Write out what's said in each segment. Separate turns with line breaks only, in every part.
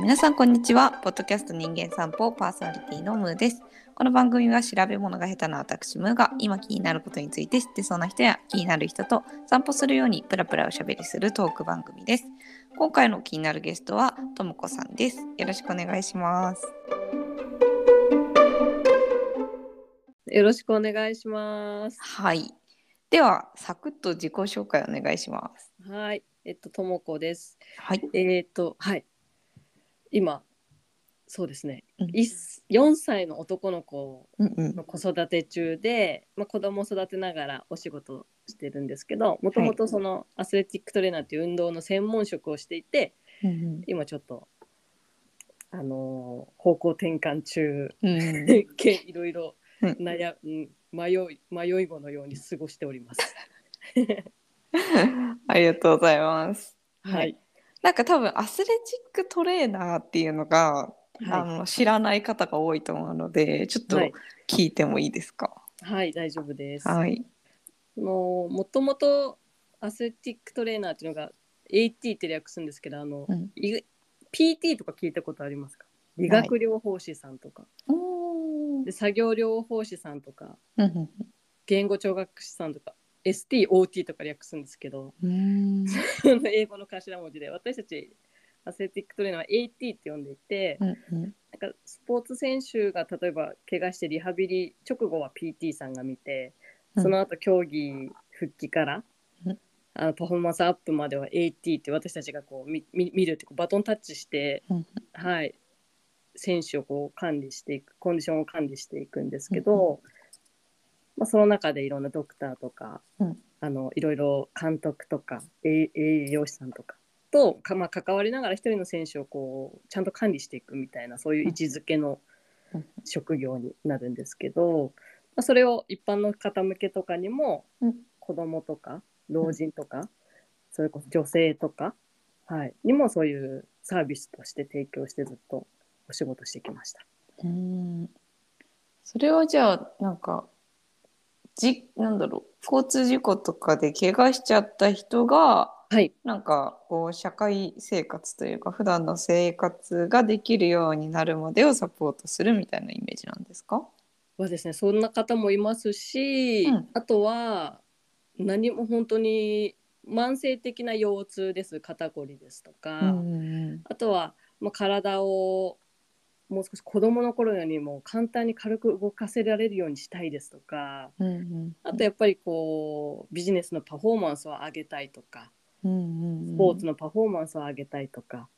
皆さんこんにちはポッドキャスト人間散歩パーソナリティのムーですこの番組は調べ物が下手な私ムーが今気になることについて知ってそうな人や気になる人と散歩するようにプラプラおしゃべりするトーク番組です今回の気になるゲストはともこさんですよろしくお願いします
よろしくお願いします。
はいではサクッと自己紹介お願いします
はい、えっと、ともこです。
はい
えーっと、はい。今。そうですね。
うん
いっ4歳の男の子
うんうん
の子育て中で、まあ、子供を育てながらお仕事をしてるんですけどもともとそのアスレティックトレーナーという運動の専門職をしていて
うん
今ちょっと、あのー方向転換中
うんうん
でけいろいろ
うん
悩、うん、迷い迷い子のように過ごしております。
ありがとうございます。
は
はい
い、
なんか多分アスレチックトレーナーっていうのが、あ
は
の知らない方が多いと思うのでちょっ
い、
と聞いてもいいですか。
はい、大丈夫です。
はい。
もうもともとアスレティックトレーナーっていうのが AT って略するんですけどあの、
うん
い PT とか聞いたことありますか理学療法士さんとか、
うん
で作業療法士さんとか
うん
言語聴覚士さんとか STOT とか略するんですけど
うん
英語の頭文字で私たちアスレティックトレーナーは AT って呼んでいて、
うん
なんかスポーツ選手が例えば怪我してリハビリ直後は PT さんが見て
うん
その後競技復帰から、
うん
あのパフォーマンスアップまでは AT って私たちがこう見見見るってこうバトンタッチして、
うん
はい、選手をこう管理していくコンディションを管理していくんですけど、まあ、その中でいろんなドクターとか、
うん
あのいろいろ監督とか栄栄養士さんとかとか、まあ、関わりながら一人の選手をこうちゃんと管理していくみたいなそういう位置づけの
うん
職業になるんですけど、まあ、それを一般の方向けとかにも
うん
子供とか老人とか、それこそ女性とか、はい、にもそういうサービスとして提供してずっとお仕事してきました。
うん。それはじゃあなんかじなんだろう交通事故とかで怪我しちゃった人が
はい、
なんかこう社会生活というか普段の生活ができるようになるまでをサポートするみたいなイメージなんですか
はですねそんな方もいますし、
うん
あとは何も本当に慢性的な腰痛です肩こりですとか、
うん
あとは、まあ、体をもう少し子供の頃よりも簡単に軽く動かせられるようにしたいですとか
うんうん
あとやっぱりこうビジネスのパフォーマンスを上げたいとか
うん
スポーツのパフォーマンスを上げたいとか、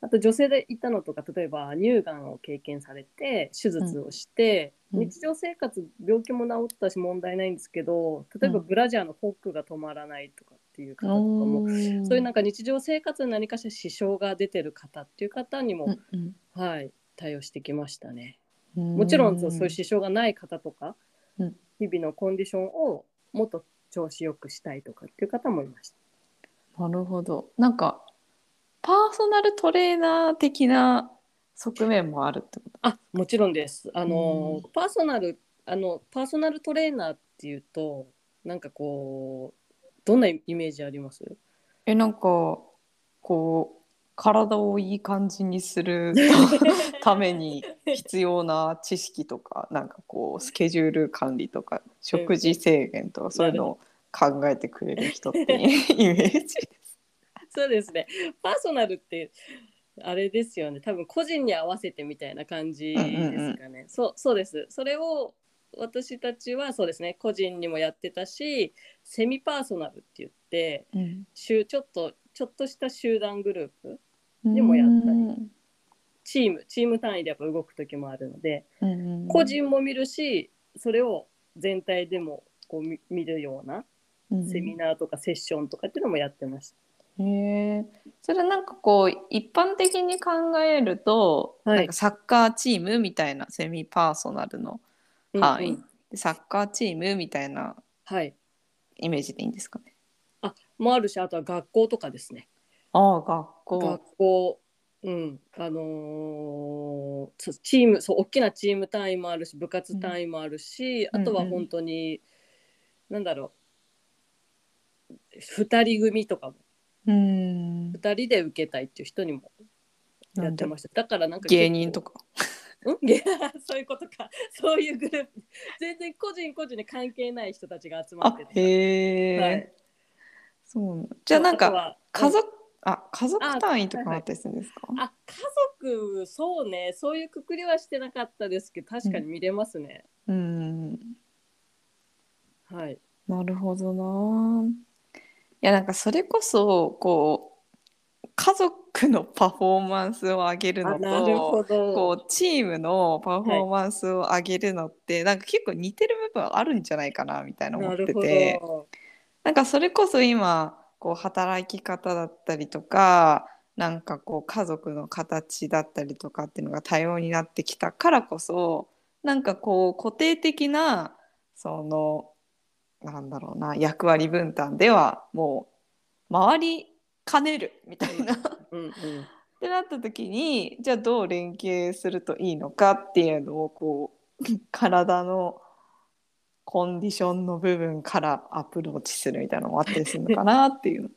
あと女性でいたのとか例えば乳がんを経験されて手術をし
う
て、
んうん
日常生活病気も治ったし問題ないんですけど例えば
うん
ブラジャーのフォックが止まらないとかっていう方とかも、
も
そういうなんんか日常生活に何かしら支障が出てる方っていう方にも、はい、対応してきましたね。もちろんそうそういう支障がない方とか、
うん
日々のコンディションをもっと調子よくしたいとかっていう方もいました。
なるほどなんかパーソナルトレーナー的な側面もあるってこと
あもちろんです。あの、
う
パーソナルあのパーソナルトレーナーっていうとなんかこうどんなイメージあります？
えなんかこう体をいい感じにす るために必要な知識とかなんかこうスケジュール管理とか食事制限とかそういうのを考えてくれる人っていうイメージ。
そうですね。パーソナルってあれですよね。多分個人に合わせてみたいな感じですかね。そうそうです。それを私たちはそうですね。個人にもやってたし、セミパーソナルって言って、集ちょっとちょっとした集団グループ、でもやったりチームチーム単位でやっぱ動く時もあるので、
り
個人も見るし、それを全体でもこう見見るようなセミナーとかセッションとかっていうのもやってました。
へえそれなんかこう一般的に考えると、
はい
なんかサッカーチームみたいなセミパーソナルの範囲、
うんうん
でサッカーチームみたいな
はい。
イメージでいいんですかね。
もあるし、あとは学校とかですね。
ああ学校。
学校、うん、あのーそうチーム、そう、大きなチーム単位もあるし、部活単位もあるし、
うん
あとは本当に、なんだろう、二人組とかも、
うん
二人で受けたいっていう人にもやってましただからなんか
芸人と
か
か。
芸そういうことかそういうグループ全然個人個人に関係ない人たちが集まっ
あ
てて
へえ、
はい
そうじゃあなんか家
族
族、あ家族単位とかもあったりするんですか、
あ家族そうねそういうくくりはしてなかったですけど確かに見れますね、
うん
はい
なるほどな。いやなんかそれこそこう家族のパフォーマンスを上げるの
あなる
と
ほど
こうチームのパフォーマンスを上げるのって、なんか結構似てる部分あるんじゃないかなみたいな思
な
って
るほ
て
ど
なんかそれこそ今こう働き方だったりとかなんかこう家族の形だったりとかっていうのが多様になってきたからこそなんかこう固定的なそのなんだろうな役割分担ではもう回りかねるみたいなっ
うんうん
てなった時にじゃあどう連携するといいのかっていうのをこう 体のコンディションの部分からアプローチするみたいなのもあったりするのかなって いう。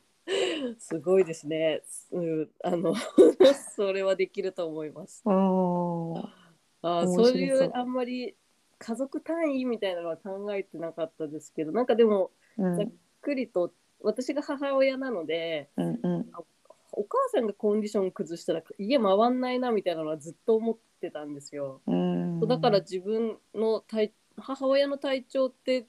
すごいですね。うん、あの それはできると思います。
うん
あー
面白
そ
そう
ういうあんまり家族単位みたいなのは考えてなかったですけど、なんかでも
うん
ざっくりと私が母親なので、
うんうん
お母さんがコンディション崩したら家回んないなみたいなのはずっと思ってたんですよ。
うん
だから自分の体母親の体調って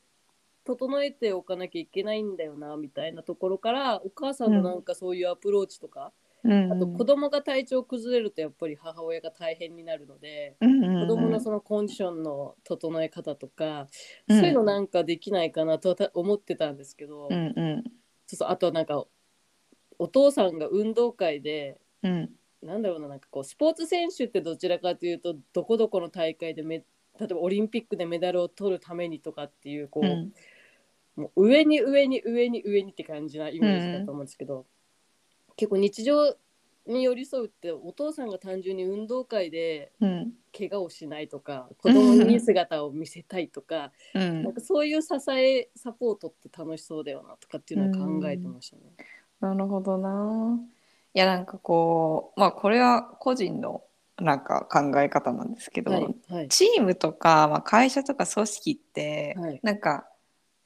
整えておかなきゃいけないんだよなみたいなところからお母さんのなんかそういうアプローチとか、
うん
あと子供が体調崩れるとやっぱり母親が大変になるので、
うんうんうん
子供のそのコンディションの整え方とか、そういうのなんかできないかなとはた思ってたんですけど、
う
ちょ
んうん
っとあとはなんかお父さんが運動会で
うん
なんだろうななんかこうスポーツ選手ってどちらかというとどこどこの大会でめ例えばオリンピックでメダルを取るためにとかっていうこ
う
う、
ん
もう上に上に上に上にって感じなイメージだと思うんですけど、結構日常に寄り添うってお父さんが単純に運動会で
うん
怪我をしないとか子供にいい姿を見せたいとか,、
うん
なんかそういう支えサポートって楽しそうだよなとかっていうのは考えてましたね。
なるほどな。いやなんかこうまあこれは個人のなんか考え方なんですけど、
はいはい
チームとか、まあ、会社とか組織って、
はい
なんか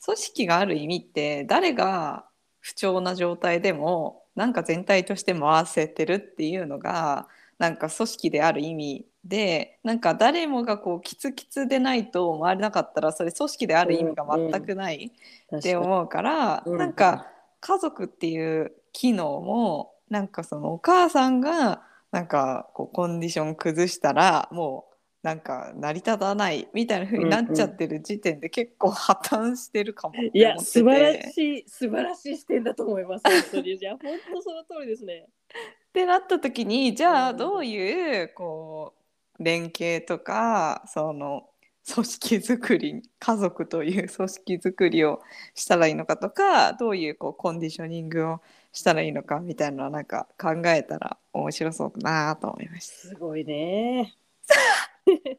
組織がある意味って誰が不調な状態でもなんか全体として回せてるっていうのがなんか組織である意味でなんか誰もがこうキツキツでないと回れなかったらそれ組織である意味が全くないっ
確
て
か
思うから、
うん
なんか家族っていう機能もなんかそのお母さんがなんかこうコンディション崩したらもうなんか成り立たないみたいな風になっちゃってる時点で結構破綻してるかもって思って
に
て
いや素晴らしい素晴らしい視点だと思います本当 にいや本当その通りですね。
ってなった時にじゃ
う
あ
ん
どういうこう連携とかその組織づくりに家族という組織づくりをしたらいいのかとかどういうこうコンディショニングをしたらいいのかみたいなのはなんか考えたら面白そうだなと思いまし
すごいね。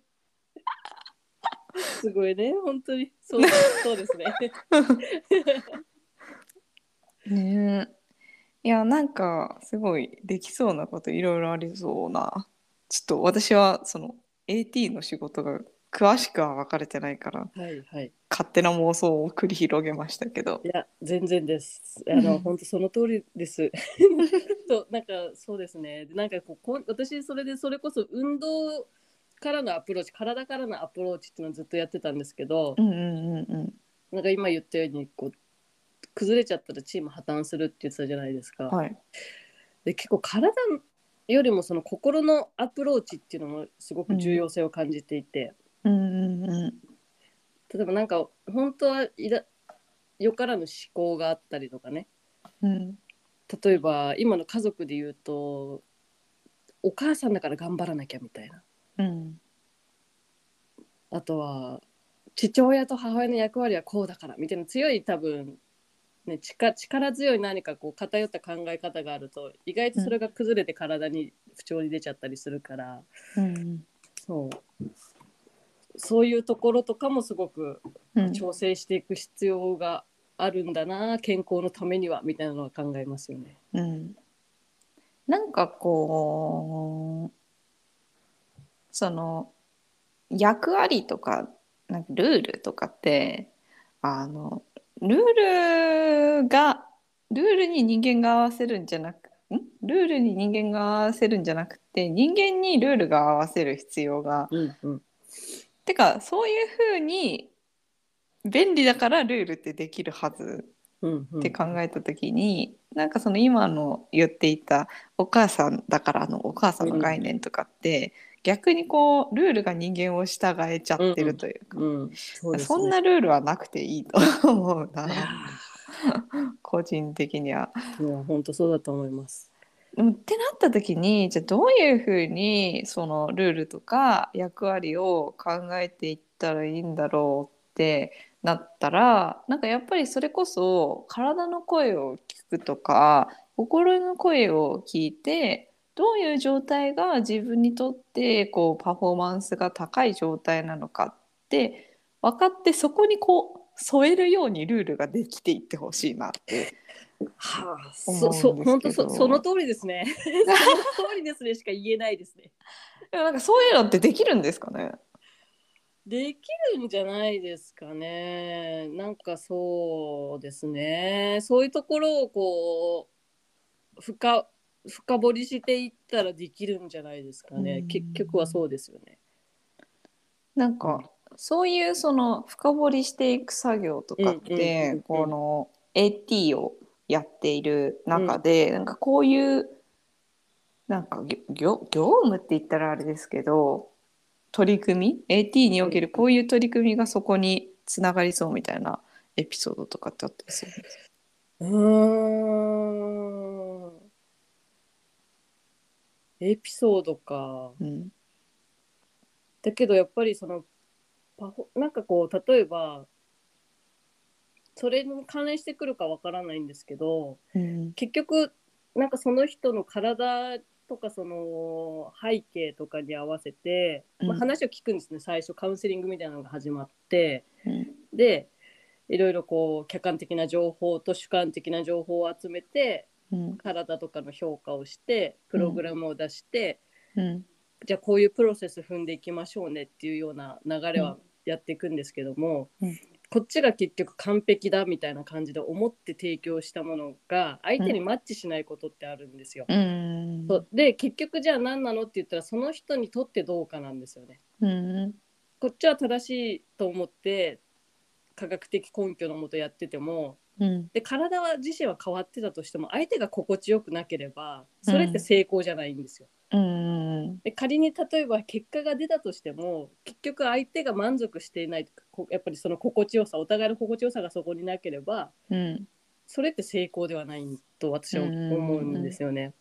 すごいね、本当に。そうそうです ね。
た。 ねえいやなんかすごいできそうなこといろいろありそうなちょっと私はその AT の仕事が詳しくは分かれてないから
はいはい。
勝手な妄想を繰り広げましたけど
いや、全然です。あ
う
の、
ん
本当その通りです。 と、なんか、そうですね。なんかこう、こん私、それで、それこそ運動。からのアプローチ、体からのアプローチっていうのをずっとやってたんですけど
う、んうんうんうん
なんか今言ったように、こう。崩れちゃったらチーム破綻するって言ってたじゃないですか。
はい。
で結構体よりもその心のアプローチっていうのもすごく重要性を感じていて、
うんうんうん
例えばなんか本当はいらよからぬ思考があったりとかね
うん
例えば今の家族で言うとお母さんだから頑張らなきゃみたいな
うん
あとは父親と母親の役割はこうだからみたいな強い多分、ね、力力強い何かこう偏った考え方があると意外とそれが崩れて体に不調に出ちゃったりするから。
うん
そうそういうところとかもすごく
うん
調整していく必要があるんだな、健康のためにはみたいなのは考えますよね。
うんなんかこうその役割とかなんかルールとかってあのルールがルールに人間が合わせるんじゃなくんルールに人間が合わせるんじゃなくて人間にルールが合わせる必要が
うんうん、
てかそういうふうに便利だからルールってできるはず
うんうん、
って考えた時に、なんかその今の言っていたお母さんだからのお母さんの概念とかって、逆にこうルールが人間を従えちゃってるというか、
うん、そうですね
そんなルールはなくていいと思う な個人的には。
いや本当そうだと思います。
うんってなった時にじゃあどういうふうにそのルールとか役割を考えていったらいいんだろうってなったらなんかやっぱりそれこそ体の声を聞くとか心の声を聞いてどういう状態が自分にとってこうパフォーマンスが高い状態なのかって分かってそこにこう添えるようにルールができていってほしいなって。
はあ、
思
そそ
うんですけど
本当そその通りですね。 その通りですねしか言えないですね。
でもなんかそういうのってできるんですかね
できるんじゃないですかね。なんかそうですね。そういうところをこう深深掘りしていったらできるんじゃないですかね
う。ん
結局はそうですよね。
なんか、そういうその深掘りしていく作業とかっ
うんうんうんう
て
ん
この AT をやっている中で、なんかこういうなんかぎょ業業務って言ったらあれですけど取り組み AT におけるこういう取り組みがそこにつながりそうみたいなエピソードとかってあったりするんですか
うーん。エピソードか。
うん
だけどやっぱりそのパフォなんかこう例えばそれに関連してくるかわからないんですけど
うん
結局なんかその人の体とかその背景とかに合わせて、ま
う
あ、
ん
話を聞くんですね、最初カウンセリングみたいなのが始まって
うん
でいろいろこう客観的な情報と主観的な情報を集めて
うん
体とかの評価をしてプログラムを出して、
うん
じゃあこういうプロセス踏んでいきましょうねっていうような流れはやっていくんですけども、
うん
こっちが結局完璧だみたいな感じで思って提供したものが相手にマッチしないことってあるんですよ。
うん
そうで結局じゃあ何なのって言ったらその人にとってどうかなんですよね。
うん
こっちは正しいと思って科学的根拠のもとやってても
うん
で体は自身は変わってたとしても相手が心地よくなければそれって成功じゃないんですよ。
うん
で仮に例えば結果が出たとしても結局相手が満足していないとかこやっぱりその心地よさお互いの心地よさがそこになければ
うん
それって成功ではないと私は思うんですよね。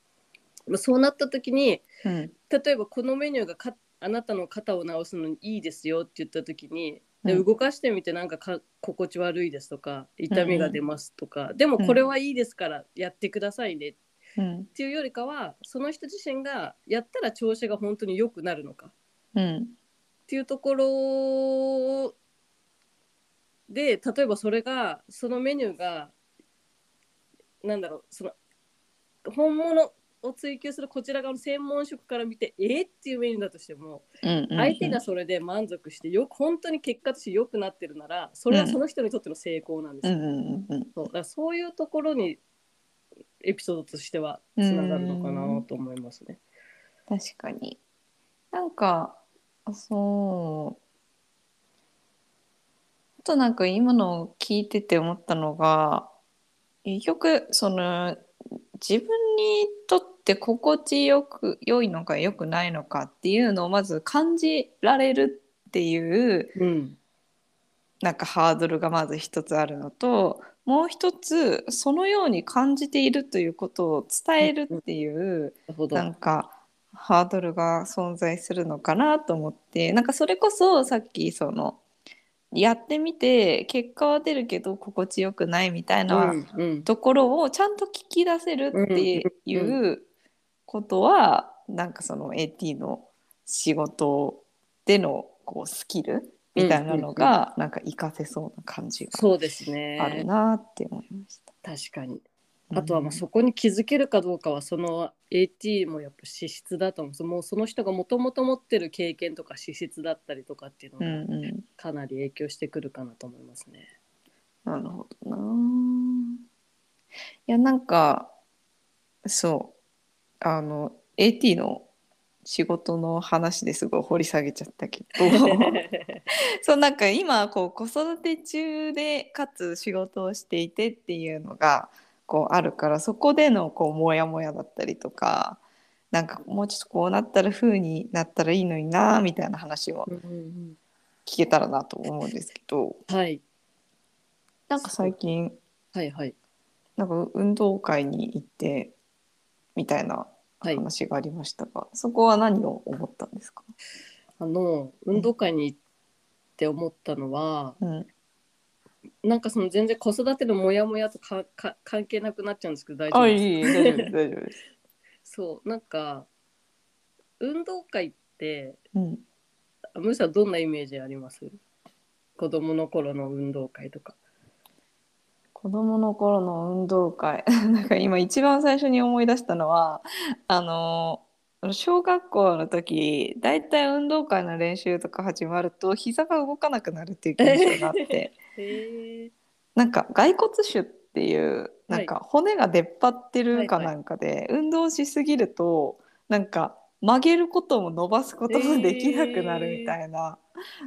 まあ、そうなった時に
うん
例えばこのメニューがかあなたの肩を直すのにいいですよって言った時にで
うん
動かしてみてなんかか心地悪いですとか痛みが出ますとか、でもこれはいいですからやってくださいねっ
うん
ていうよりかはその人自身がやったら調子が本当に良くなるのか
うん
っていうところで例えばそれがそのメニューがなんだろうその本物を追求するこちら側の専門職から見てえーっていうメニューだとしても相
相
手がそれで満足してよく本当に結果として良くなってるならそれはその人にとっての成功なんです
うん
よ、
うんうん
そうだからそういうところにエピソードとしてはつながるのかなと思いますね。
確かになんかそうあとなんか今のを聞いてて思ったのが結局その自分にとって心地よく良いのか良くないのかっていうのをまず感じられるっていう
うん
なんかハードルがまず一つあるのともう一つそのように感じているということを伝えるっていう
なるほど
なんかハードルが存在するのかなと思ってなんかそれこそさっきそのやってみて結果は出るけど心地よくないみたいな
うんうん
ところをちゃんと聞き出せるっていうことはなんかその AT の仕事でのこうスキルみたいなのがなんか活かせそうな感じが
そうですね。
あるなって思いました。
確かに。あとはまあそこに気づけるかどうかはその AT もやっぱ資質だと思うもうその人がもともと持ってる経験とか資質だったりとかっていう
うん
のが
うん
かなり影響してくるかなと思います ね。
なるほどな。いや、なんか、そう、あの、AT の仕事の話ですごい掘り下げちゃったけど、そう、なんか今、こう、子育て中で、かつ仕事をしていてっていうのが、こう、あるから、そこでの、こう、モヤモヤだったりとか、なんか、もうちょっとこうなったら風になったらいいのにな、みたいな話を
うんうん
聞けたらなと思うんですけど、
うんはい
なんか最近、
はいはい
なんか運動会に行ってみたいな
はい。
話がありましたが、そこは何を思ったんですか、
あの運動会に行って思ったのは
うん、
なんかその全然子育てのモヤモヤとかか関係なくなっちゃうんですけど大丈夫
あ
ですか
いい大丈夫です大丈夫です、
そうなんか運動会って
うん、
むしろどんなイメージあります子供の頃の運動会とか。
子供の頃の運動会 なんか今一番最初に思い出したのはあの小学校の時だいたい運動会の練習とか始まると膝が動かなくなるっていう現象があって
へえ。
なんか骸骨腫っていう
は
ないんか骨が出っ張って
はい
るか
はい
なんかで、運動しすぎるとなんか曲げることも伸ばすこともできなくなるみたいな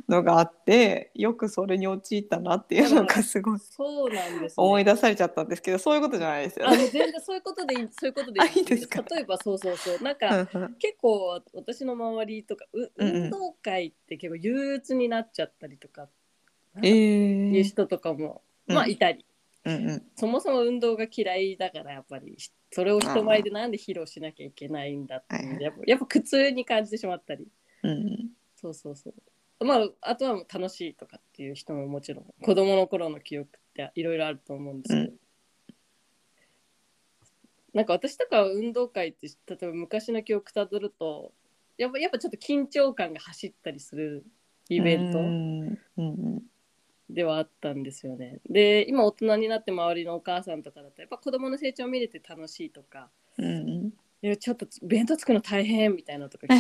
のがあって、よくそれに陥ったなっていうのがすごい
そうなんです、ね。
思い出されちゃったんです けどそういうことじゃないですよ
あ
ね。
の全然そういうことでいいそういうことで
あいいですか
例えばそうそうそうなん
う
か、
んうん
結構私の周りとかう
うんうん
運動会って結構憂鬱になっちゃったりとか
え
いう
ー
人とかも、
うん
まあいたり、
うんうん
そもそも運動が嫌いだからやっぱりそれを人前でなんで披露しなきゃいけないんだってい
はい
う
はい
やっぱやっぱ苦痛に感じてしまったり
うん
そうそうそうまああとはもう楽しいとかっていう人ももちろん子供の頃の記憶っていろいろあると思うんですけど、なんか私とかは運動会って例えば昔の記憶たどるとやっぱやっぱちょっと緊張感が走ったりするイベント、
うんうん
ではあったんですよね。で今大人になって周りのお母さんとかだとやっぱ子供の成長を見れて楽しいとか
うんうん
いやちょっと弁当作るの大変みたいなのとか
は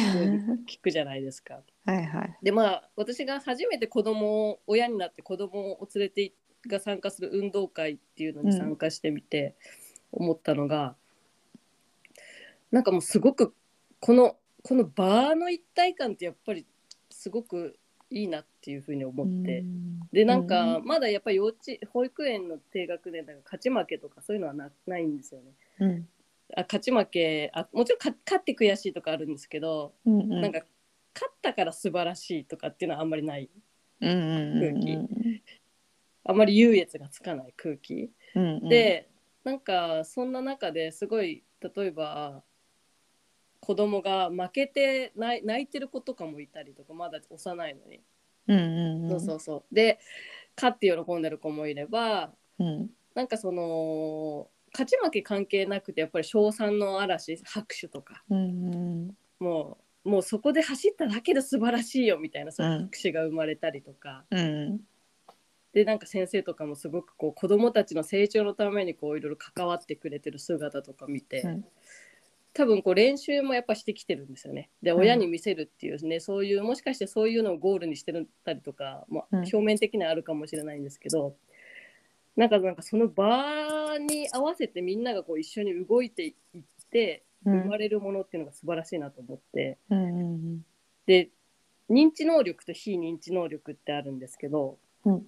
聞
い
く 聞くじゃないですか。
はい
でまあ私が初めて子供を親になって子供を連れていが参加する運動会っていうのに参加してみて思ったのが、なんかもうすごくこのこの場の一体感ってやっぱりすごくいいなっていうふうに思って。
うん
でなんかまだやっぱり幼稚保育園の低学年だから勝ち負けとかそういうのはなないんですよね。
うん
あ勝ち負けあもちろん勝勝って悔しいとかあるんですけど、
うんうん
なんか勝ったから素晴らしいとかっていうのはあんまりない
うんうんうん
あんまり優越がつかない空気、
うんうん
でなんかそんな中ですごい例えば子供が負けて泣い泣いてる子とかもいたりとかまだ幼いのに、
うんうん
そうそうそうで勝って喜んでる子もいれば
うん
なんかその勝ち負け関係なくてやっぱり称賛の嵐拍手とか
うんうん
もうもうそこで走っただけで素晴らしいよみたいなそう
うん
拍手が生まれたりとか、
うん
でなんか先生とかもすごくこう子どもたちの成長のためにこういろいろ関わってくれてる姿とか見て、
うん
多分こう練習もやっぱしてきてるんですよね。で
ん
親に見せるっていうね、そういうもしかしてそういうのをゴールにしてるたりとか、まあ、
うん
表面的にはあるかもしれないんですけど、なんかなんかその場に合わせてみんながこう一緒に動いていって
う
生
ん
まれるものっていうのが素晴らしいなと思って
うん
で認知能力と非認知能力ってあるんですけど、
うん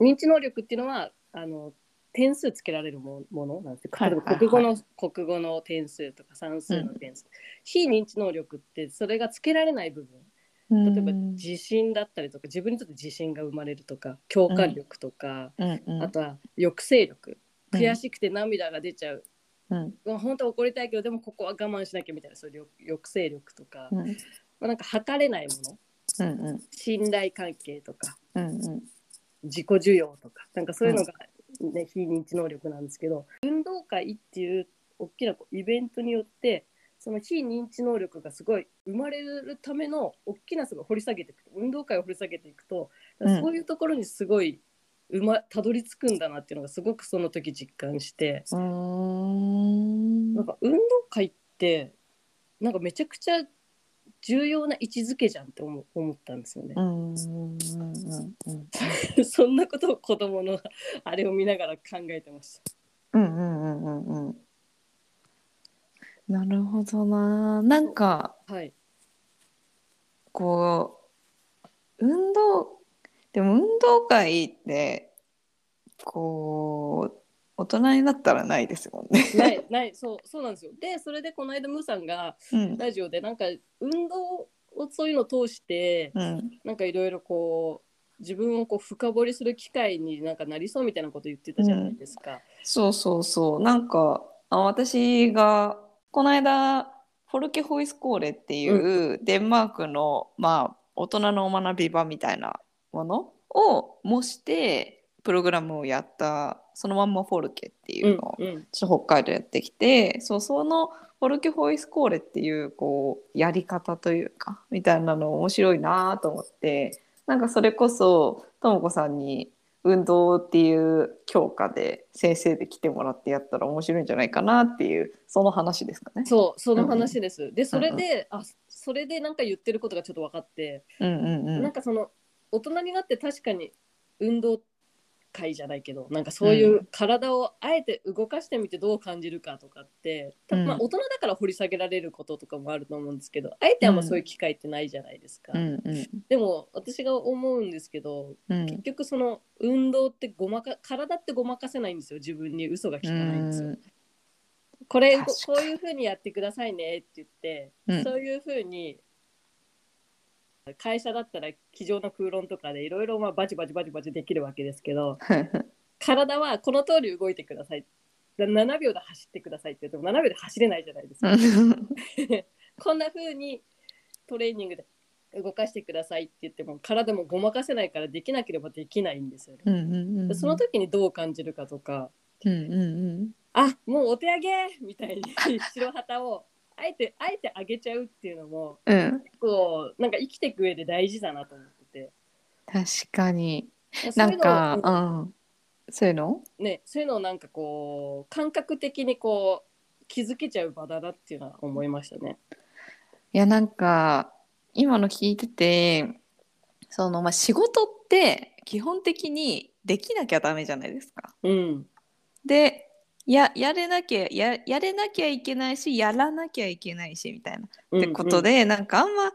認知能力っていうのはあの点数つけられるもものなんて
はい
例えば
はい
国語の、国語の点数とか算数の点数、非認知能力ってそれがつけられない部
うん
分例えば自信だったりとか自分にとって自信が生まれるとか共感力とか、
うんうん
あとは抑制力
うん
悔しくて涙が出ちゃう、
うん
うわ本当は怒りたいけどでもここは我慢しなきゃみたいなそういう抑抑制力とか、
う
ま
ん
あなんか測れないもの
うんうん
信頼関係とか
うんうん
自己需要とかなんかそういうのが、ね非認知能力なんですけど運動会っていう大きなこうイベントによってその非認知能力がすごい生まれるための大きなその掘り下げていく運動会を掘り下げていくと
うん
そういうところにすごいうまたどり着くんだなっていうのがすごくその時実感して
うーん
なんか運動会ってなんかめちゃくちゃ重要な位置づけじゃんって思思ったんですよね
う。んうんうんうん
そんなことを子供のあれを見ながら考えてまし
う
た。
んうんうんうんうんなるほどななんか
はい。
こう運動でも運動会ってこう大人になったらないですもんね。
ないないそうそうなんですよ。でそれでこの間ムーさんが
うん
ラジオでなんか運動をそういうのを通して
うん
なんかいろいろこう自分をこう深掘りする機会になんかなりそうみたいなこと言ってたじゃないですか。
そうそうそうなんかあ私がこの間フォルケホイスコーレっていうデンマークの、まあ、大人の学び場みたいなものを模してプログラムをやったそのまんまフォルケっていうのを
うんうん
ちょっと北海道やってきてそうそのフォルケホイスコーレっていうこうやり方というかみたいなの面白いなと思ってなんかそれこそともこさんに運動っていう教科で先生で来てもらってやったら面白いんじゃないかなっていうその話ですかね。
そうその話です。でそれで、あそれでなんか言ってることがちょっと分かって、
うんうんうん、
なんかその大人になって確かに運動会じゃないけどなんかそういう体をあえて動かしてみてどう感じるかとかって、た
うん
まあ、大人だから掘り下げられることとかもあると思うんですけどあえてあんまそういう機会ってないじゃないですか。
うんうん
でも私が思うんですけど
うん
結局その運動ってごまか体ってごまかせないんですよ自分に嘘が効かないんですよ。これこ
確か
こういうふうにやってくださいねって言って、
うん
そういうふうに会社だったら机上の空論とかでいろいろまあバチバチバチバチできるわけですけど体はこの通り動いてくださいだ7秒で走ってくださいって言っても7秒で走れないじゃないですか、こんなふうにトレーニングで動かしてくださいって言っても体もごまかせないからできなければできないんですよね、
うんうんうん
でその時にどう感じるかとか
うんうん
あもうお手上げみたいに 白旗をあえてあえて上げちゃうっていうのも
うんうん
結構なんか生きていく上で大事だなと思って
確かに
て
なんか
そういうのを
うんそういうの
ねそういうのをなんかこう感覚的にこう気づけちゃう場だなっていうのは思いましたね。
いやなんか今の聞いててそのまあ仕事って基本的にできなきゃダメじゃないですか。
うん、
でややれなきゃややれなきゃいけないしやらなきゃいけないしみたいな。ってこと
で、
で、なんかあんま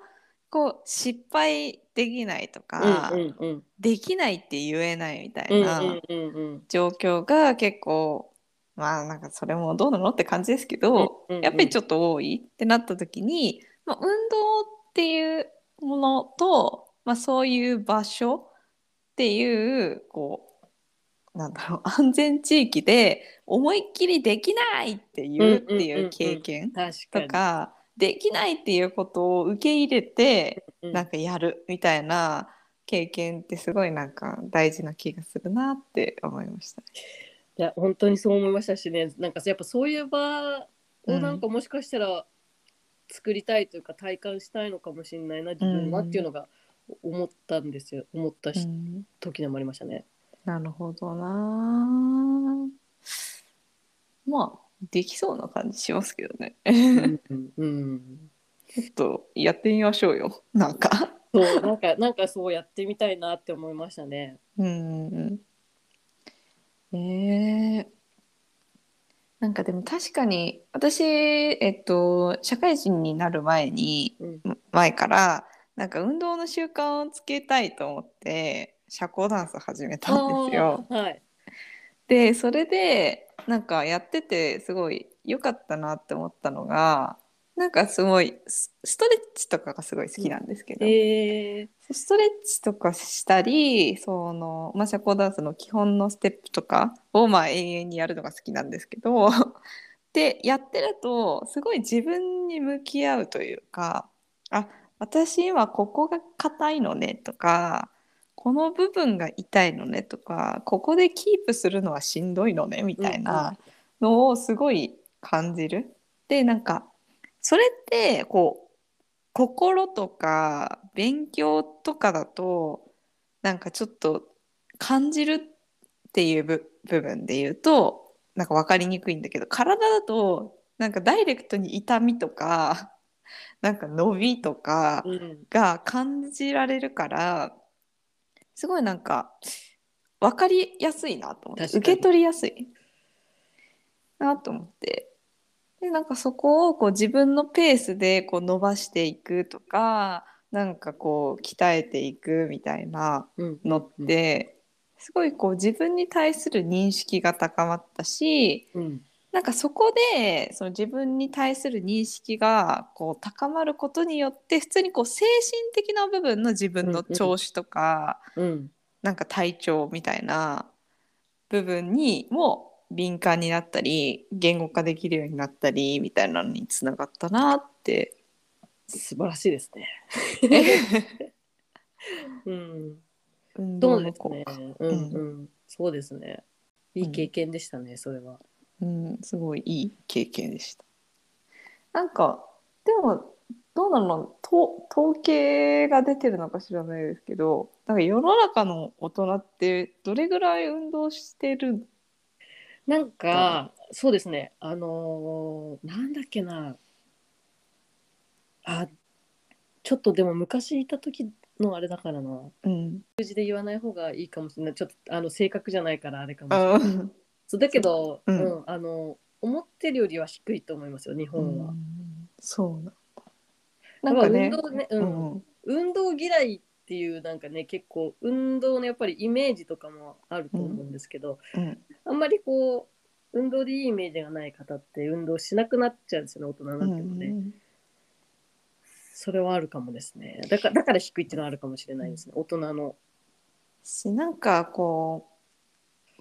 こう失敗できないと
う
か、
んうん
できないって言えないみた
うんう
い
ん
な
うんうん
状況が結構まあなんかそれもどうなのって感じですけど、
うんうんうん
やっぱりちょっと多いってなった時に、まあ、運動っていうものと、まあ、そういう場所っていうこうなんだろう安全地域で思いっきりできないっていうって
うんうんうん
いううん経験
確
と
かに。
か、できないっていうことを受け入れて
うん
なんかやるみたいな経験ってすごいなんか大事な気がするなって思いました。
いや本当にそう思いましたしねなんかやっぱそういう場をなんかもしかしたら作りたいというか体感したいのかもしれないな自分はっていうのが思ったんですよ思ったし、
うん
時でもありましたね。
なるほどな。まあ、できそうな感じしますけど ね。
うんうん
ちょっとやってみましょうよ。なんか。
そうなんかなんかそうやってみたいなって思いましたね。
うん。えーなんかでも確かに私、えっと、社会人になる前に、
うん
前から、なんか運動の習慣をつけたいと思って、社交ダンス始めたんですよ。
あーはい。
でそれでなんかやっててすごい良かったなって思ったのがなんかすごいスストレッチとかがすごい好きなんですけど、
え
ストレッチとかしたりその、まあ、社交ダンスの基本のステップとかをまあ永遠にやるのが好きなんですけど でやってるとすごい自分に向き合うというかあ私今ここが硬いのねとかこの部分が痛いのねとかここでキープするのはしんどいのねみ
ー、
たいなのをすごい感じる。でなんかそれってこう心とか勉強とかだとなんかちょっと感じるっていう部部分で言うとなんか分かりにくいんだけど体だとなんかダイレクトに痛みとかなんか伸びとか
うん
が感じられるからすごいなんか分かりやすいなと思って
確かに
受け取りやすいなと思ってでなんかそこをこう自分のペースでこう伸ばしていくとかなんかこう鍛えていくみたいな
うん
のってすごいこう自分に対する認識が高まったし
うん
なんかそこでその自分に対する認識がこう高まることによって普通にこう精神的な部分の自分の調子とか、
うん
なんか体調みたいな部分にも敏感になったり言語化できるようになったりみたいなのにつながったなって。
素晴らしいですね。うん、
運
ど
動
うで
の
す
効
ね
果。
うんんうん、そうですね。いい経験でしたね、それは。
うん、すごいいい経験でした。なんかでもどうなのと統計が出てるのか知らないですけどなんか世の中の大人ってどれぐらい運動してる
なんか、そうですね。あのーなんだっけな。あ、ちょっとでも昔いた時のあれだからな。
うん、
数字で言わない方がいいかもしれない。ちょっとあの正確じゃないからあれかもしれない。
うん
そうだけど、
う
うんん、あの思ってるよりは低いと思いますよ。日本は。
そうなんだなんかね
やっぱ運動ね、
う
うん、
ん
運動嫌いっていうなんかね結構運動のやっぱりイメージとかもあると思うんですけど、
うん
あんまりこう運動でいいイメージがない方って運動しなくなっちゃうんですよね大人に
う
なってもね、
ん
それはあるかもですねだからだから低いっていうのはあるかもしれないですね大人の
しなんかこ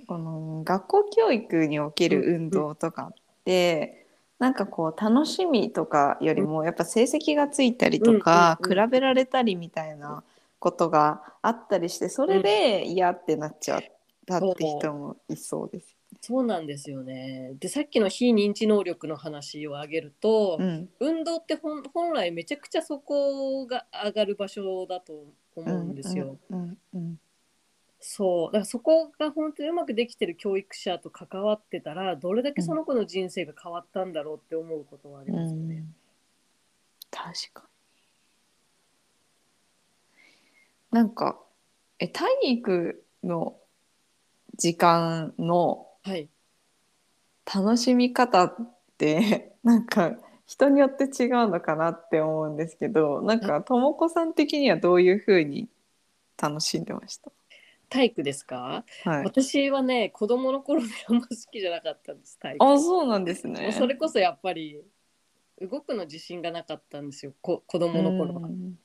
うこの学校教育における運動とかって、なんかこう楽しみとかよりもやっぱ成績がついたりとか、
うんうんうん
比べられたりみたいなことがあったりしてそれで嫌ってなっちゃったって人もいそうです。
そうなんですよねでさっきの非認知能力の話を挙げると、
うん
運動って本本来めちゃくちゃそこが上がる場所だと思うんですよ、
うんうん
そうだからそこが本当にうまくできてる教育者と関わってたらどれだけその子の人生が変わったんだろうって思うことはあり
う
ますよ
ん
ね。
確かに。なんかえ体育の時間の
はい、
楽しみ方って なんか人によって違うのかなって思うんですけどなんかともこさん的にはどういうふうに楽しんでました
体育ですか、
はい。
私はね子供の頃であんま好きじゃなかったんです体育
あそうなんです
もう
ね。
それこそやっぱり動くの自信がなかったんですよこ子供の頃は、
うん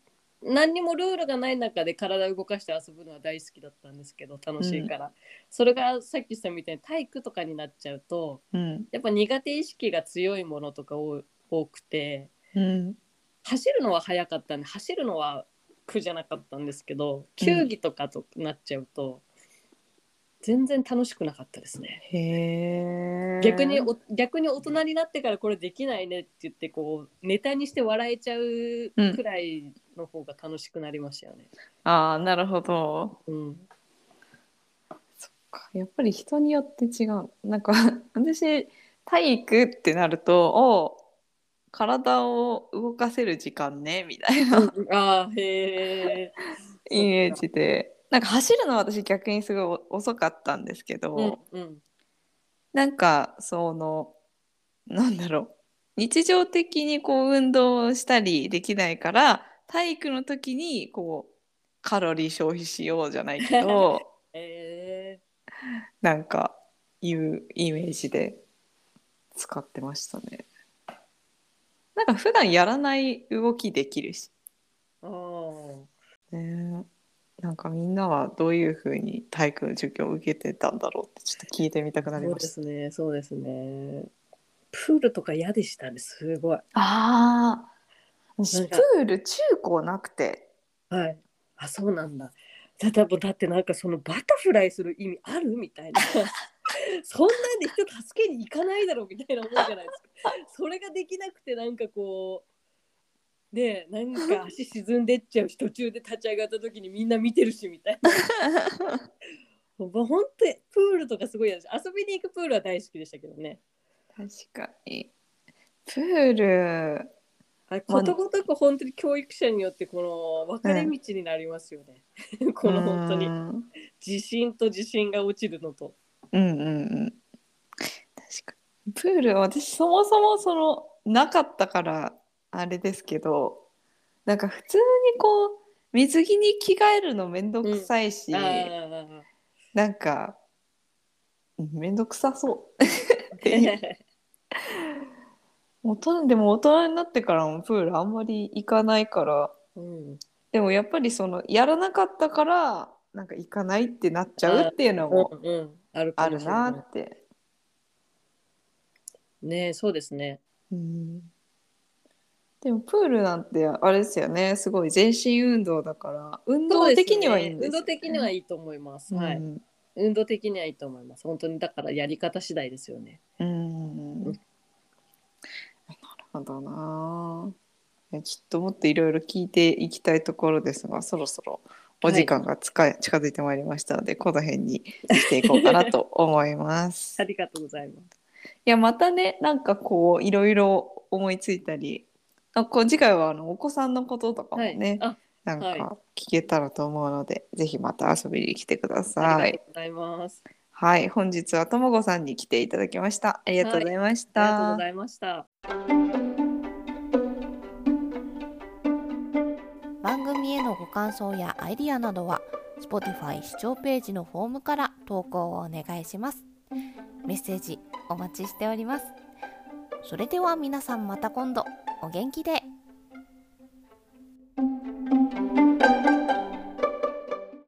何にもルールがない中で体を動かして遊ぶのは大好きだったんですけど楽しいから、それがさっき言ったみたいに体育とかになっちゃうと
うん
やっぱ苦手意識が強いものとか多多くて
うん
走るのは速かったんで走るのは苦じゃなかったんですけど球技とかとなっちゃうと、全然楽しくなかったですね。
へえ。
逆にお逆に大人になってからこれできないねって言ってこうネタにして笑えちゃうくらいの方が楽しくなりましたよね。
ああなるほど。
うん、
やっぱり人によって違うなんか 私体育ってなるとお体を動かせる時間ねみたいな
あーへえ。
イメージでなんか走るのは私逆にすごい遅かったんですけど、
うんうん
なんかそのなんだろう日常的にこう運動をしたりできないから体育の時にこうカロリー消費しようじゃないけ ど
へえ
なんかいうイメージで使ってましたね。なんか普段やらない動きできるし、
あー
ね、なんかみんなはどういうふうに体育の授業を受けてたんだろうってちょっと聞いてみたくなり
そう
ま
で
した。
すね、そうですね。プールとか嫌でしたね、すごい。
ああ
な
私
ん
プ
か
ール中高なくて
はい。あ、そうなんだ。だだだってなんかそのバタフライする意味ある みたいな。そんなんで人助けに行かないだろうみたいな思うじゃないですか。それができなくてなんかこう、ねえ、なん か 足沈んでっちゃうし、途中で立ち上がった時にみんな見てるしみたいな。もう本当にプールとかすごい嫌だし遊びに行くプールは大好きでしたけどね
確かに。プール、
あれ
まあ
ことごとく本当に教育者によってこの分かれ道になりますよね、 この本当
う
に
ん
自信と自信が落ちるのと
うんうんうん。確かに。プール、私そもそもその、なかったから、あれですけど、なんか普通にこう、水着に着替えるのめんどくさいし、
あー
なんか、めんどくさそう。っていう大人でも大人になってからもプールあんまり行かないから、
うん、
でもやっぱりその、やらなかったから、なんか行かないってなっちゃうっていうのも
うんうんある
あ
かも
る
しれな
ないって。
ねそうですね
うんでもプールなんてあれですよねすごい全身運動だから運動的にはいいんです
運動
よね
的にはいいと思います、は
う
い
ん
運動的にはいいと思います本当にだからやり方次第ですよね
うんなるほどなえちょっともっといろいろ聞いていきたいところですがそろそろお時間がつか、近づいてまいりましたのでこの辺にしていこうかなと思います
あ
い
りがとうございます
やまたねなんかこういろいろ思いついたりあこう次回はあのお子さんのこととかも
はい
ね、
あ
なん
はい
か聞けたらと思うので、ぜひまた遊びに来てくだ
あ
さ
りが
い
と。うございます、
はい、本日はともごさんに来ていただきました。ありがとうございました。
ありがとうございました
番組へのご感想やアイディアなどは Spotify 視聴ページのフォームから投稿をお願いしますメッセージお待ちしておりますそれでは皆さんまた今度お元気で